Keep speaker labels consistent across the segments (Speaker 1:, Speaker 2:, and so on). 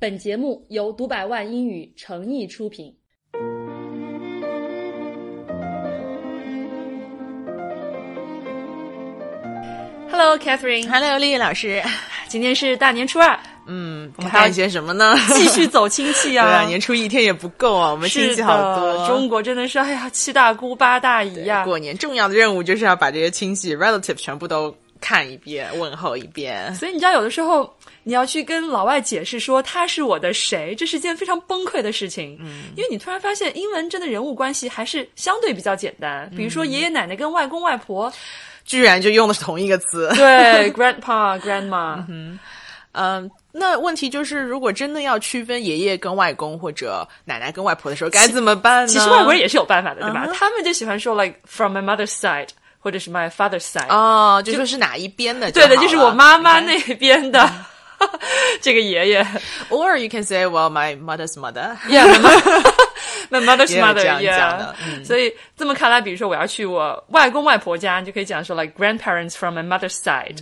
Speaker 1: 本节目由读百万英语诚意出品。Hello, Catherine，
Speaker 2: Hello，丽丽老师，
Speaker 1: 今天是大年初 二，
Speaker 2: 嗯，我
Speaker 1: 们
Speaker 2: 们
Speaker 1: 还要
Speaker 2: 干一些什么呢？
Speaker 1: 继 续走亲戚
Speaker 2: 对
Speaker 1: 啊！
Speaker 2: 啊，年初一天也不够啊，我们亲
Speaker 1: 是
Speaker 2: 戚
Speaker 1: 的，
Speaker 2: 好多。
Speaker 1: 中国真的是哎呀，七大姑八大姨啊呀、
Speaker 2: 过年重要的任务就是要把这些亲戚 relative 全部都看一遍，问候一遍。
Speaker 1: 所以你知道，有的时候你要去跟老外解释说他是我的谁，这是件非常崩溃的事情。嗯，因为你突然发现，英文真的人物关系还是相对比较简单，
Speaker 2: 嗯
Speaker 1: 比如说爷爷奶奶跟外公外婆，
Speaker 2: 居然就用的是同一个词。
Speaker 1: 对 ，grandpa grandma，、
Speaker 2: 嗯，那问题就是，如果真的要区分爷爷跟外公或者奶奶跟外婆的时候，该怎么办呢？
Speaker 1: 其实外国人也是有办法的，对吧
Speaker 2: 嗯哼
Speaker 1: 他们就喜欢说 like from my mother's side 或者是 my father's side。
Speaker 2: 哦，就说是哪一边的
Speaker 1: 对的，
Speaker 2: 好
Speaker 1: 就是
Speaker 2: 了
Speaker 1: 我妈妈。
Speaker 2: 你嗯
Speaker 1: 那边的 这个爷 爷。
Speaker 2: 看 Or you can say, well, my mother's mother.
Speaker 1: Yeah, my mo- my mother's
Speaker 2: 也有
Speaker 1: mother.
Speaker 2: 这样
Speaker 1: Yeah，
Speaker 2: 讲的嗯
Speaker 1: 所以这么看来，比如说我要去我外公外婆家，你就可以讲说 like grandparents from my mother's side。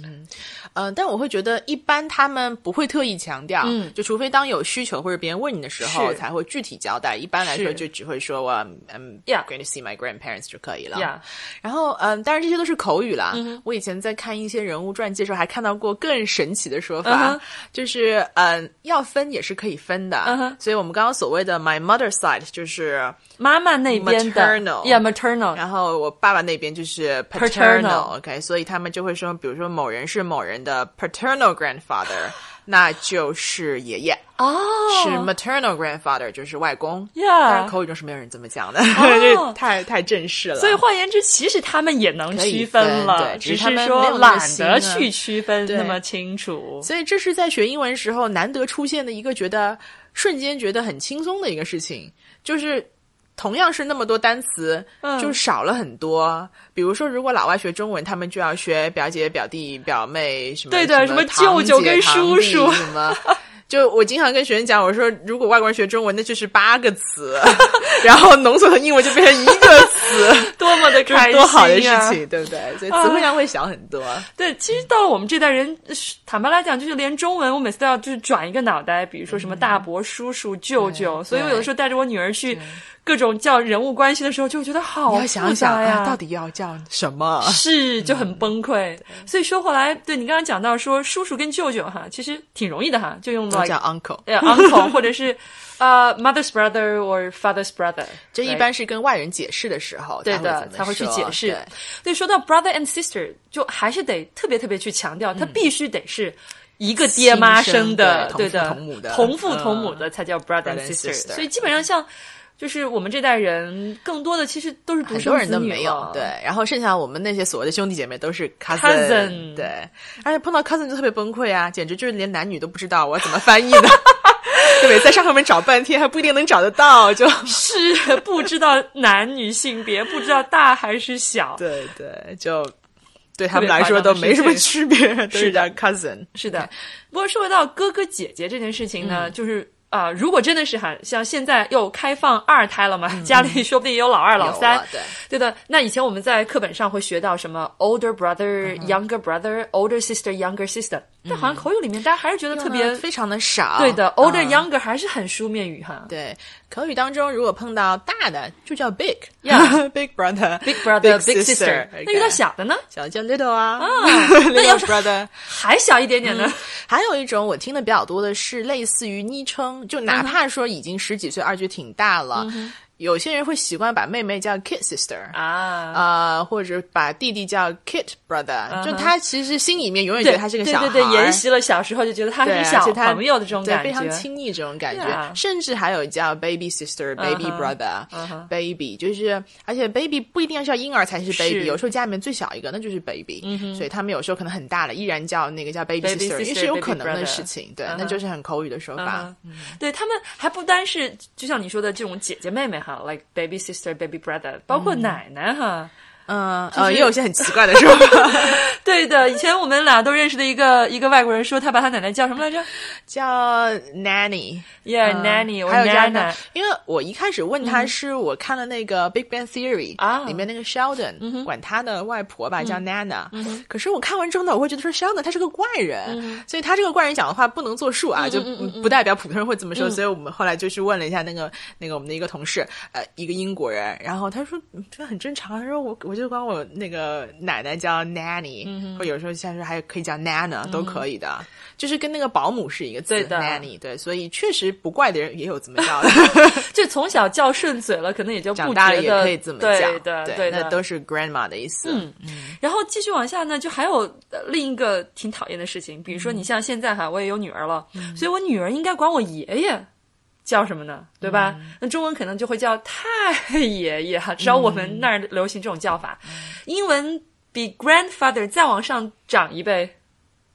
Speaker 2: 嗯，但我会觉得一般他们不会特意强调，嗯，就除非当有需求或者别人问你的时候
Speaker 1: 是
Speaker 2: 才会具体交代。一般来说
Speaker 1: 是
Speaker 2: 就只会说我嗯 I'm
Speaker 1: Yeah.
Speaker 2: going to see my grandparents 就可以了。
Speaker 1: Yeah 嗯
Speaker 2: 然后嗯，当然这些都是口语啦。我以前在看一些人物传记的时候，还看到过更神奇的说法
Speaker 1: 嗯哼嗯
Speaker 2: 就是嗯，要分也是可以分的。
Speaker 1: 哼
Speaker 2: 所以我们刚刚所谓的 my mother side 就是。
Speaker 1: 妈妈那边的
Speaker 2: Maternal
Speaker 1: ，Yeah, maternal。
Speaker 2: 然后我爸爸那边就是
Speaker 1: Paternal
Speaker 2: paternal，OK，、所以他们就会说，比如说某人是某人的 paternal grandfather，那就是爷爷；
Speaker 1: 哦，
Speaker 2: 是 maternal grandfather，就是外公。当然
Speaker 1: Yeah，哦
Speaker 2: 口语中是没有人这么讲的， 这太太正式了。
Speaker 1: 所以换言之，其实他们也能
Speaker 2: 可以
Speaker 1: 区
Speaker 2: 分
Speaker 1: 了，
Speaker 2: 对
Speaker 1: 只
Speaker 2: 只是他们没有
Speaker 1: 说
Speaker 2: 那么
Speaker 1: 懒得
Speaker 2: 新啊
Speaker 1: 去区分
Speaker 2: 对
Speaker 1: 那么清楚。
Speaker 2: 所以这是在学英文时候难得出现的一个觉得瞬间觉得很轻松的一个事情，就是同样是那么多单词，
Speaker 1: 嗯
Speaker 2: 就少了很多。比如说，如果老外学中文，他们就要学表姐、表弟、表妹什么，
Speaker 1: 对的
Speaker 2: 什
Speaker 1: 什么舅舅
Speaker 2: 堂姐
Speaker 1: 跟
Speaker 2: 堂
Speaker 1: 叔
Speaker 2: 弟
Speaker 1: 叔
Speaker 2: 什么。就我经常跟学生讲，我说如果外国人学中文，那就是八个词， 然后浓缩成英文就变成一个词，
Speaker 1: 多么的
Speaker 2: 这是
Speaker 1: 开心、啊，
Speaker 2: 多好的事情，对不对？所以词汇
Speaker 1: 啊
Speaker 2: 量会小很多。
Speaker 1: 对，其实到了我们这代人，呃是坦白来讲，就是连中文，我每次都要就是转一个脑袋，比如说什么大伯、叔叔、舅舅，
Speaker 2: 嗯对
Speaker 1: 所以我有的时候带着我女儿去各种叫人物关系的时候，就会觉得好
Speaker 2: 你要想想
Speaker 1: 哦复杂呀，
Speaker 2: 啊，到底啊嗯要叫 什么？
Speaker 1: 是就很崩溃。所以说后来，对你刚刚讲到说叔叔跟舅舅哈，其实挺容易的哈，就用
Speaker 2: 都
Speaker 1: like
Speaker 2: 叫 uncle。
Speaker 1: 呃 uncle 或者是呃 mother's brother or father's brother，
Speaker 2: 这一
Speaker 1: right？
Speaker 2: 般是跟外人解释的时候，
Speaker 1: 对
Speaker 2: 他会
Speaker 1: 的，
Speaker 2: 怎么
Speaker 1: 才会去
Speaker 2: 说
Speaker 1: 解释
Speaker 2: 对。
Speaker 1: 所以说到 brother and sister，就还是得特别特别去强调，它必须得是一个爹妈生的，对
Speaker 2: 嗯亲生
Speaker 1: 的，
Speaker 2: 的同父
Speaker 1: 同父
Speaker 2: 同母的嗯
Speaker 1: 同母的才叫 brother and
Speaker 2: brother and
Speaker 1: sister。
Speaker 2: sister
Speaker 1: 所以基本上像就是我们这代人，更多的其实都是独
Speaker 2: 很
Speaker 1: 生
Speaker 2: 多人
Speaker 1: 子
Speaker 2: 都
Speaker 1: 女
Speaker 2: 没有
Speaker 1: 了，
Speaker 2: 对，然后剩下我们那些所谓的兄弟姐妹都是 cousin，,
Speaker 1: Cousin
Speaker 2: 对，而且碰到 cousin 就特别崩溃啊，简直就是连男女都不知道我要怎么翻译呢， 对，每次在上后面找半天还不一定能找得 到，就是
Speaker 1: 不知道男女性别，不知道大还是小。
Speaker 2: 对对，就对他
Speaker 1: 特别
Speaker 2: 们来
Speaker 1: 夸
Speaker 2: 说
Speaker 1: 张
Speaker 2: 都
Speaker 1: 的
Speaker 2: 没
Speaker 1: 事
Speaker 2: 什么
Speaker 1: 情
Speaker 2: 区别，都
Speaker 1: 是
Speaker 2: 是叫
Speaker 1: 的
Speaker 2: cousin，
Speaker 1: 是的，不过说回到哥哥姐姐这件事情
Speaker 2: 嗯
Speaker 1: 呢，就是啊、如果真的是哈，像现在又开放二胎了嘛，家里说不定也有老二、老
Speaker 2: 嗯有
Speaker 1: 三
Speaker 2: 了，对。
Speaker 1: 对的，那以前我们在课本上会学到什么 older brother、younger
Speaker 2: 嗯
Speaker 1: brother、older sister、younger sister，但好像口语里面大家还是觉得特别、
Speaker 2: 用得非常嗯的少，
Speaker 1: 对的、
Speaker 2: 嗯
Speaker 1: older younger 还是很书面语哈。
Speaker 2: 对，口语当中如果碰到大的就叫 big，
Speaker 1: Yeah.
Speaker 2: big brother
Speaker 1: Big brother, big
Speaker 2: sister，
Speaker 1: 那遇到
Speaker 2: OK
Speaker 1: 小 的呢？
Speaker 2: 小的叫 little 啊
Speaker 1: 那要
Speaker 2: ，little
Speaker 1: 是
Speaker 2: brother。
Speaker 1: 还小一点点呢？
Speaker 2: 还有一种我听的比较多的是类似于昵称，就哪怕说已经十几岁、二十挺大了，有些人会习惯把妹妹叫 kid sister。
Speaker 1: 嗯啊，
Speaker 2: 啊、或者把弟弟叫 kid brother，、
Speaker 1: 哼
Speaker 2: 就他其实心里面永远觉
Speaker 1: 啊对，
Speaker 2: 得他是个小孩儿，
Speaker 1: 对对对，沿袭了小时候就觉得他
Speaker 2: 对，
Speaker 1: 是
Speaker 2: 而
Speaker 1: 小
Speaker 2: 且他
Speaker 1: 朋友的这种
Speaker 2: 对
Speaker 1: 感觉，
Speaker 2: 非常亲昵这种感觉。
Speaker 1: 对啊
Speaker 2: 甚至还有叫 baby sister、baby
Speaker 1: 嗯哼
Speaker 2: brother、
Speaker 1: 嗯哼
Speaker 2: baby，就是而且 baby 不一定要叫婴儿才是 baby，
Speaker 1: 是嗯
Speaker 2: 有时候家里面最小一个那就是 baby，、所以他们有时候可能很大了，依然叫那个叫 baby
Speaker 1: Baby
Speaker 2: sister，
Speaker 1: sister，
Speaker 2: 也是有
Speaker 1: baby
Speaker 2: 可能的
Speaker 1: brother
Speaker 2: 事情。对
Speaker 1: 嗯哼
Speaker 2: 那就是很口语的说法。
Speaker 1: 啊，对他们还不单是就像你说的这种姐姐妹妹哈，like baby sister、baby brother，包括奶奶哈，
Speaker 2: 嗯
Speaker 1: 就是
Speaker 2: 呃，也有一些很奇怪的说法，
Speaker 1: 对的，以前我们俩都认识的一个一个外国人说，他把他奶奶叫什么来
Speaker 2: 呃
Speaker 1: 着
Speaker 2: 叫 nanny。
Speaker 1: ？Yeah,
Speaker 2: 嗯
Speaker 1: nanny，我
Speaker 2: 还有加
Speaker 1: 奶
Speaker 2: 拿大
Speaker 1: 奶。，
Speaker 2: 因为我一开始问他是我看了那个《Big Bang Theory
Speaker 1: 啊》嗯
Speaker 2: 里面那个 Sheldon，管他的外婆吧叫 Nana，可是我看完之后呢，我会觉得说 Sheldon 他是个怪
Speaker 1: 嗯
Speaker 2: 人，所以他这个怪人讲的话不能作数啊，就不不代表普通人会这么说，所以我们后来就去问了一下那个那个我们的一个同事，呃，一个英国人，然后他说嗯这很正常，他说我我就管我那个奶奶叫
Speaker 1: 嗯
Speaker 2: Nanny，或者有时候像是还可以叫 Nana 都可以的，就是跟那个保姆是一个
Speaker 1: 对
Speaker 2: 字
Speaker 1: 的
Speaker 2: Nanny。对，所以确实不怪的人也有这么 叫的，
Speaker 1: 就从小叫顺嘴了，可能也就
Speaker 2: 长
Speaker 1: 不
Speaker 2: 大
Speaker 1: 觉得
Speaker 2: 了也可以这么
Speaker 1: 对
Speaker 2: 叫，
Speaker 1: 的，
Speaker 2: 对
Speaker 1: 对
Speaker 2: 那
Speaker 1: 的。
Speaker 2: 都是 grandma 的意思。嗯，
Speaker 1: 然后继续往下呢，就还有呃另一个挺讨厌的事情，比如说你像现在哈，我也有女儿了，
Speaker 2: 嗯
Speaker 1: 所以我女儿应该管我爷爷叫什么呢？对吧？
Speaker 2: 嗯
Speaker 1: 那中文可能就会叫太爷爷哈，至少我
Speaker 2: 嗯
Speaker 1: 们那儿流行这种叫法。英文比 grandfather 再往上涨一辈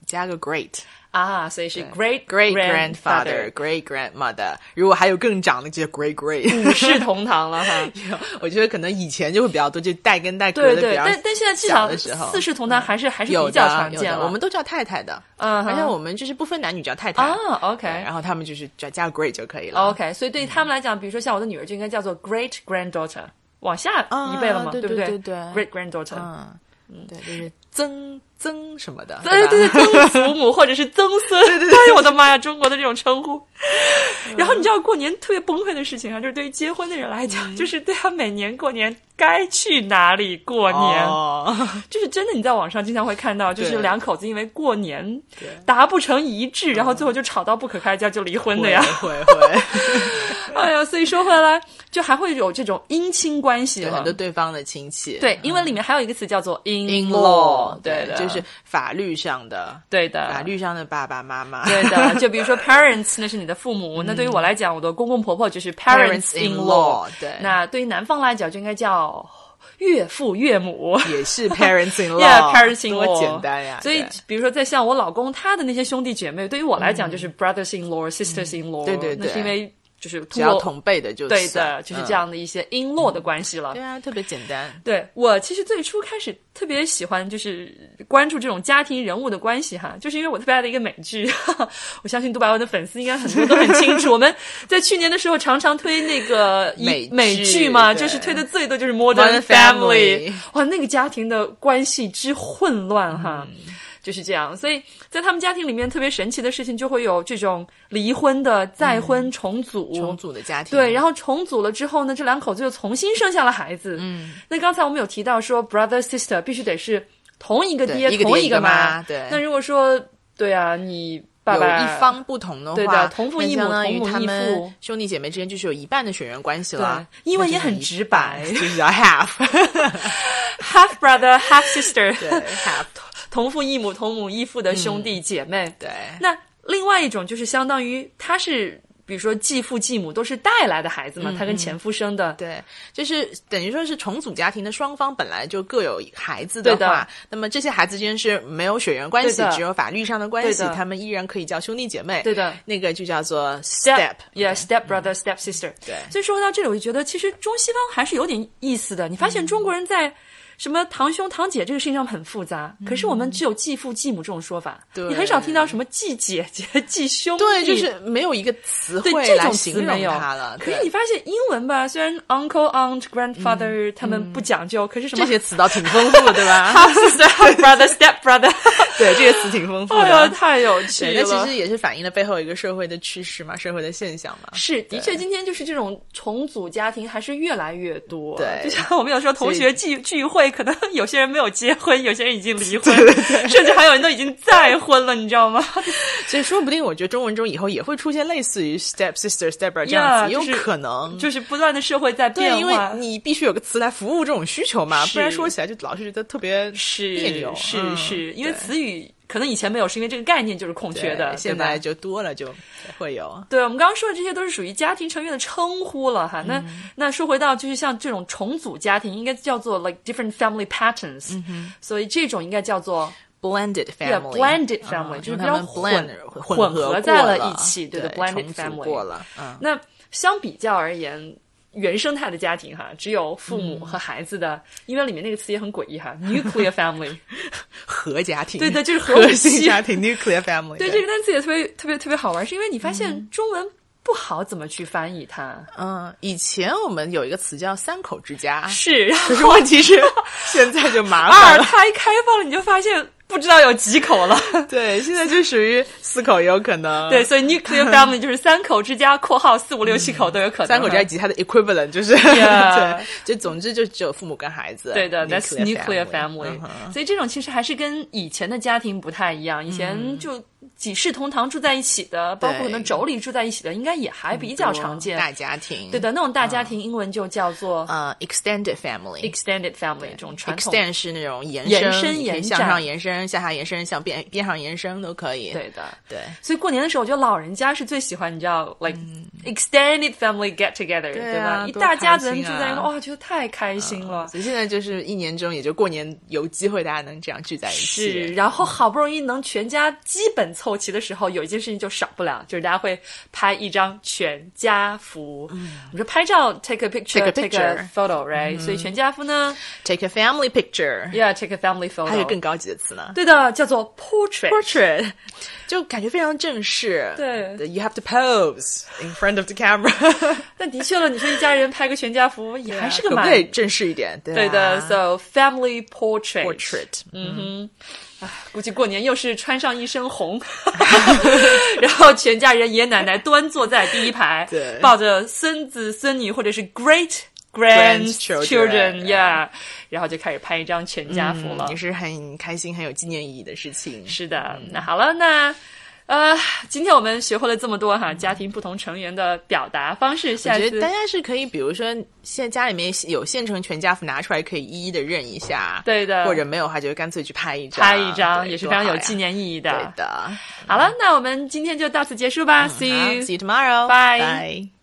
Speaker 2: 加个 great。
Speaker 1: 啊，所以是 great
Speaker 2: Great grandfather, great grandmother，如果还有更长的，就叫 great great。
Speaker 1: 五世同堂了哈。
Speaker 2: 我觉得可能以前就会比较多，就代跟代隔
Speaker 1: 对
Speaker 2: 的比
Speaker 1: 对，
Speaker 2: 较
Speaker 1: 但但现在至
Speaker 2: 小
Speaker 1: 少
Speaker 2: 的时候嗯
Speaker 1: 四世同堂还是还是
Speaker 2: 有
Speaker 1: 比
Speaker 2: 的
Speaker 1: 较常
Speaker 2: 有
Speaker 1: 见
Speaker 2: 的
Speaker 1: 了。
Speaker 2: 我们都叫太太的，
Speaker 1: 嗯哼
Speaker 2: 而且我们就是不分男女叫太太。
Speaker 1: 啊
Speaker 2: 对
Speaker 1: ，OK 哦
Speaker 2: 然后他们就是加加个 great 就可以了。
Speaker 1: OK，所以对于他们来讲，比如说像我的女儿就应该叫做 great granddaughter，往下一辈了嘛，
Speaker 2: 啊对
Speaker 1: 不
Speaker 2: 对对
Speaker 1: ？great granddaughter，
Speaker 2: 嗯，对，就是曾曾什么的，
Speaker 1: 对
Speaker 2: 吧
Speaker 1: 对对，曾祖母或者是曾孙， 哎呦我的妈呀，中国的这种称呼。
Speaker 2: 嗯
Speaker 1: 然后你知道过年特别崩溃的事情啊，就是对于结婚的人来
Speaker 2: 嗯
Speaker 1: 讲，就是对他每年过年该去哪里过年，
Speaker 2: 哦，
Speaker 1: 就是真的你在网上经常会看到，就是
Speaker 2: 对
Speaker 1: 两口子因为过年
Speaker 2: 对嗯
Speaker 1: 达不成一致，然后最后就吵到不可开交就离婚的呀。
Speaker 2: 会会，
Speaker 1: 哎呀，所以说回来就还会有这种姻亲关系
Speaker 2: 有
Speaker 1: 了
Speaker 2: 很多。对方的亲戚，
Speaker 1: 对，英文里面还有一个词叫做 in
Speaker 2: ，in law，
Speaker 1: 对的，
Speaker 2: 就是法律上的，
Speaker 1: 对的，
Speaker 2: 法律上的爸爸妈妈，
Speaker 1: 对 的。就比如说 parents，那是你的父母，那对于我来讲，我的公公婆婆就是
Speaker 2: 嗯 parents in
Speaker 1: in
Speaker 2: law，对
Speaker 1: 那对于南方来讲，就应该叫岳父岳母。
Speaker 2: 也 是 parents in
Speaker 1: Yeah，parents
Speaker 2: law，parents
Speaker 1: in
Speaker 2: 多
Speaker 1: law，
Speaker 2: 简单呀，
Speaker 1: 所以
Speaker 2: 对，
Speaker 1: 比如说，在像我老公他的那些兄弟姐妹，对于我来讲就是 brothers in law、sisters in law，
Speaker 2: 嗯对对
Speaker 1: 那是
Speaker 2: 对
Speaker 1: 因为就是
Speaker 2: 只
Speaker 1: 通
Speaker 2: 要
Speaker 1: 过
Speaker 2: 同啊辈的就
Speaker 1: 对
Speaker 2: 算
Speaker 1: 的，就是这。样的一些 in law 的关系了
Speaker 2: 嗯。对啊，特别简单。
Speaker 1: 对我其实最初开始特别喜欢就是关注这种家庭人物的关系哈，就是因为我特别爱的一个美剧， 我相信杜白文的粉丝应该很多都很清楚。 我们在去年的时候常常推那个一
Speaker 2: 美剧
Speaker 1: 美剧嘛，
Speaker 2: 对
Speaker 1: 就是推的最多就是 Modern
Speaker 2: Modern Family
Speaker 1: 哇，那个家庭的关系之混乱哈。
Speaker 2: 嗯
Speaker 1: 就是这样，所以在他们家庭里面特别神奇的事情，就会有这种离婚的、再婚、重组、
Speaker 2: 嗯重组的家
Speaker 1: 嗯
Speaker 2: 庭，
Speaker 1: 对，然后重组了之后呢，这两口子又重新生下了孩子。嗯，那刚才我们有提到说，brother sister 必须得是同一个
Speaker 2: 对
Speaker 1: 爹，
Speaker 2: 一个
Speaker 1: 同
Speaker 2: 爹一个
Speaker 1: 妈。
Speaker 2: 妈对
Speaker 1: 那如果说，对啊，你爸爸
Speaker 2: 有一方不同的话，
Speaker 1: 对的同父
Speaker 2: 那
Speaker 1: 异母
Speaker 2: 相当于
Speaker 1: 同母
Speaker 2: 他
Speaker 1: 异
Speaker 2: 们
Speaker 1: 父
Speaker 2: 兄弟姐妹之间就是有一半的血缘关系
Speaker 1: 对
Speaker 2: 了。，
Speaker 1: 英文
Speaker 2: 那
Speaker 1: 也
Speaker 2: 就是
Speaker 1: 很
Speaker 2: 一
Speaker 1: 直
Speaker 2: 半
Speaker 1: 白
Speaker 2: 就是叫 half，
Speaker 1: ，half brother half sister，
Speaker 2: 对嗯 half，
Speaker 1: 同父异母、同母异父的兄弟姐妹。
Speaker 2: 对
Speaker 1: 那另外一种就是相当于他是。比如说继父继母都是带来的孩子嘛，
Speaker 2: 嗯
Speaker 1: 他跟前夫生的，
Speaker 2: 对，就是等于说是重组家庭的双方本来就各有孩子的
Speaker 1: 对的
Speaker 2: 话，那么这些孩子之间是没有血缘关系
Speaker 1: 对的，
Speaker 2: 只有法律上的关系
Speaker 1: 对的，
Speaker 2: 他们依然可以叫兄弟姐妹。
Speaker 1: 对的，
Speaker 2: 那个就叫做 step 嗯
Speaker 1: step。yeah step brother step sister。
Speaker 2: 对
Speaker 1: 所以说到这里，我就觉得其实中西方还是有点意思的。你发
Speaker 2: 嗯
Speaker 1: 现中国人在什么堂兄堂姐这个事情上很复杂，可是我们只有继父继母这种说法，
Speaker 2: 嗯对
Speaker 1: 你很少听到什么继姐姐、继兄弟，
Speaker 2: 对，就是没有一个词
Speaker 1: 对
Speaker 2: 汇
Speaker 1: 这
Speaker 2: 来
Speaker 1: 种
Speaker 2: 形
Speaker 1: 词
Speaker 2: 容
Speaker 1: 没有
Speaker 2: 它了。
Speaker 1: 可是
Speaker 2: 对
Speaker 1: 你发现英文吧，虽然 uncle aunt grandfather、他们不讲究，可是什么
Speaker 2: 嗯这些词倒挺丰富，对 吧？
Speaker 1: half sister half brother step brother，
Speaker 2: 对，这些词挺丰富
Speaker 1: 哎呀，
Speaker 2: 的。
Speaker 1: 太有趣
Speaker 2: 对，
Speaker 1: 了。
Speaker 2: 那其实也是反映了背后一个社会的趋势嘛，社会的现象嘛。
Speaker 1: 是，的确，今天就是这种重组家庭还是越来越多。啊
Speaker 2: 对
Speaker 1: 就像我们有时候同学聚 聚会，可能有些人没有结婚，有些人已经离 婚，甚至还有人都已经再婚了，你知道吗？
Speaker 2: 所以说不定，我觉得中文中以后也会出现类似于 step sister、step brother 这样
Speaker 1: Yeah，
Speaker 2: 子，也有
Speaker 1: 就是
Speaker 2: 可能。
Speaker 1: 就是不断的社会在
Speaker 2: 嗯对，
Speaker 1: 变
Speaker 2: 因为
Speaker 1: 化。
Speaker 2: 你必须有个词来服务这种需求嘛，
Speaker 1: 是
Speaker 2: 不然说起来就老是觉得特别
Speaker 1: 是
Speaker 2: 别扭。
Speaker 1: 是
Speaker 2: 嗯
Speaker 1: 是，因为
Speaker 2: 对
Speaker 1: 词语可能以前没有，是因为这个概念就是空缺的，
Speaker 2: 对现
Speaker 1: 对吧
Speaker 2: 在就多了，就会有。
Speaker 1: 对，我们刚刚说的这些都是属于家庭成员的称呼了哈。那
Speaker 2: 嗯
Speaker 1: 那说回到就是像这种重组家庭，应该叫做 like different family patterns，、所
Speaker 2: 嗯
Speaker 1: 以这种应该叫做
Speaker 2: blended
Speaker 1: Yeah,
Speaker 2: family。
Speaker 1: blended family，、就是嗯比
Speaker 2: 他
Speaker 1: 较
Speaker 2: 们 blend
Speaker 1: 混
Speaker 2: 混
Speaker 1: 混
Speaker 2: 合
Speaker 1: 合
Speaker 2: 过
Speaker 1: 在
Speaker 2: 了
Speaker 1: 一起，对
Speaker 2: 对
Speaker 1: 的，blended
Speaker 2: 重组
Speaker 1: family
Speaker 2: 过了，嗯，
Speaker 1: 那相比较而言，原生态的家庭哈，只有父母和孩子的，因为里面那个词也很诡异 哈，nuclear family，
Speaker 2: 核家庭，
Speaker 1: 对对，就是核
Speaker 2: 核
Speaker 1: 武
Speaker 2: 心
Speaker 1: 器
Speaker 2: 家庭 （nuclear family）。
Speaker 1: 对这个单词也特别特别特别好玩，是因为你发现中文不好怎么去翻译它，
Speaker 2: 嗯，以前我们有一个词叫“三口之家”，
Speaker 1: 是然后
Speaker 2: 可是问题是现在就麻
Speaker 1: 二
Speaker 2: 烦了。
Speaker 1: 胎开放了，你就发现不知道有几口 了。
Speaker 2: 对，现在就属于四口也有可能。
Speaker 1: 对，，所以 nuclear family 就是三口之家（括号四五六七口都有可能）。
Speaker 2: 三口之家以及它的 equivalent 就是
Speaker 1: Yeah
Speaker 2: 对，就总之就只有父母跟孩子。
Speaker 1: 对的，that's nuclear
Speaker 2: family
Speaker 1: family
Speaker 2: 嗯哼。
Speaker 1: 所以这种其实还是跟以前的家庭不太一样，以前就
Speaker 2: 嗯
Speaker 1: 几世同堂住在一起的，包括可能妯娌住在一起的，应该也还比较常见。
Speaker 2: 大家庭。
Speaker 1: 对的，那种大家庭英文就叫做
Speaker 2: 呃，extended family。
Speaker 1: extended family，这种传统。
Speaker 2: extend 是那种延
Speaker 1: 延伸
Speaker 2: 伸你可以
Speaker 1: 延
Speaker 2: 向
Speaker 1: 展
Speaker 2: 上延伸、向下延伸、向边边上延伸都可以。
Speaker 1: 对的，
Speaker 2: 对，
Speaker 1: 所以过年的时候，我觉得老人家是最喜欢，你知道，like extended family get together，
Speaker 2: 嗯对啊嗯
Speaker 1: 吧？一
Speaker 2: 多
Speaker 1: 大家
Speaker 2: 开
Speaker 1: 子人
Speaker 2: 心
Speaker 1: 住在一块，
Speaker 2: 啊
Speaker 1: 哇，觉得太开心了。
Speaker 2: 所以现在就是一年中也就过年有机会大家能这样聚在一起。
Speaker 1: 是，然
Speaker 2: 嗯
Speaker 1: 后好不容易能全家基本凑齐的时候，有一件事情就少不了，就是大家会拍一张全家福。我们说拍照，take a
Speaker 2: 嗯 Take
Speaker 1: picture，take
Speaker 2: a
Speaker 1: a
Speaker 2: picture 嗯
Speaker 1: photo，right？、所以全家福呢
Speaker 2: take a family picture，
Speaker 1: ，yeah，take a family photo。
Speaker 2: 还有更高级的词呢
Speaker 1: 对的，叫做 portrait。
Speaker 2: ，portrait，就感觉非常正式。
Speaker 1: 对
Speaker 2: ，you have to pose in front of the camera，
Speaker 1: 但的确了，你说一家人拍个全家福，也还是个
Speaker 2: 可不
Speaker 1: 蛮
Speaker 2: 可以正式一点？对
Speaker 1: 对
Speaker 2: 对啊
Speaker 1: 的。So 嗯 family portrait。
Speaker 2: portrait，
Speaker 1: 估计过年又是穿上一身红， 然后全家人爷爷奶奶端坐在第一排，
Speaker 2: 对
Speaker 1: 抱着孙子孙女或者是 great
Speaker 2: Grandchildren，嗯
Speaker 1: yeah，然后就开始拍一张全家福了。
Speaker 2: 也是很开心、很有纪念意义的事情。
Speaker 1: 是的，
Speaker 2: 嗯
Speaker 1: 那好了，那。呃，今天我们学会了这么多哈，家庭不同成员的表达方式，
Speaker 2: 我
Speaker 1: 下
Speaker 2: 觉
Speaker 1: 次
Speaker 2: 得大家是可以，比如说现在家里面有现成全家福拿出来，可以一一的认一下。
Speaker 1: 对的
Speaker 2: 或者没有的话，就干脆去拍一张，
Speaker 1: 拍一张
Speaker 2: 对
Speaker 1: 也是非常有
Speaker 2: 多好呀
Speaker 1: 纪念意义
Speaker 2: 对的。嗯
Speaker 1: 好了，那我们今天就到此结束吧，see
Speaker 2: 好
Speaker 1: you。
Speaker 2: see you tomorrow，
Speaker 1: Bye
Speaker 2: bye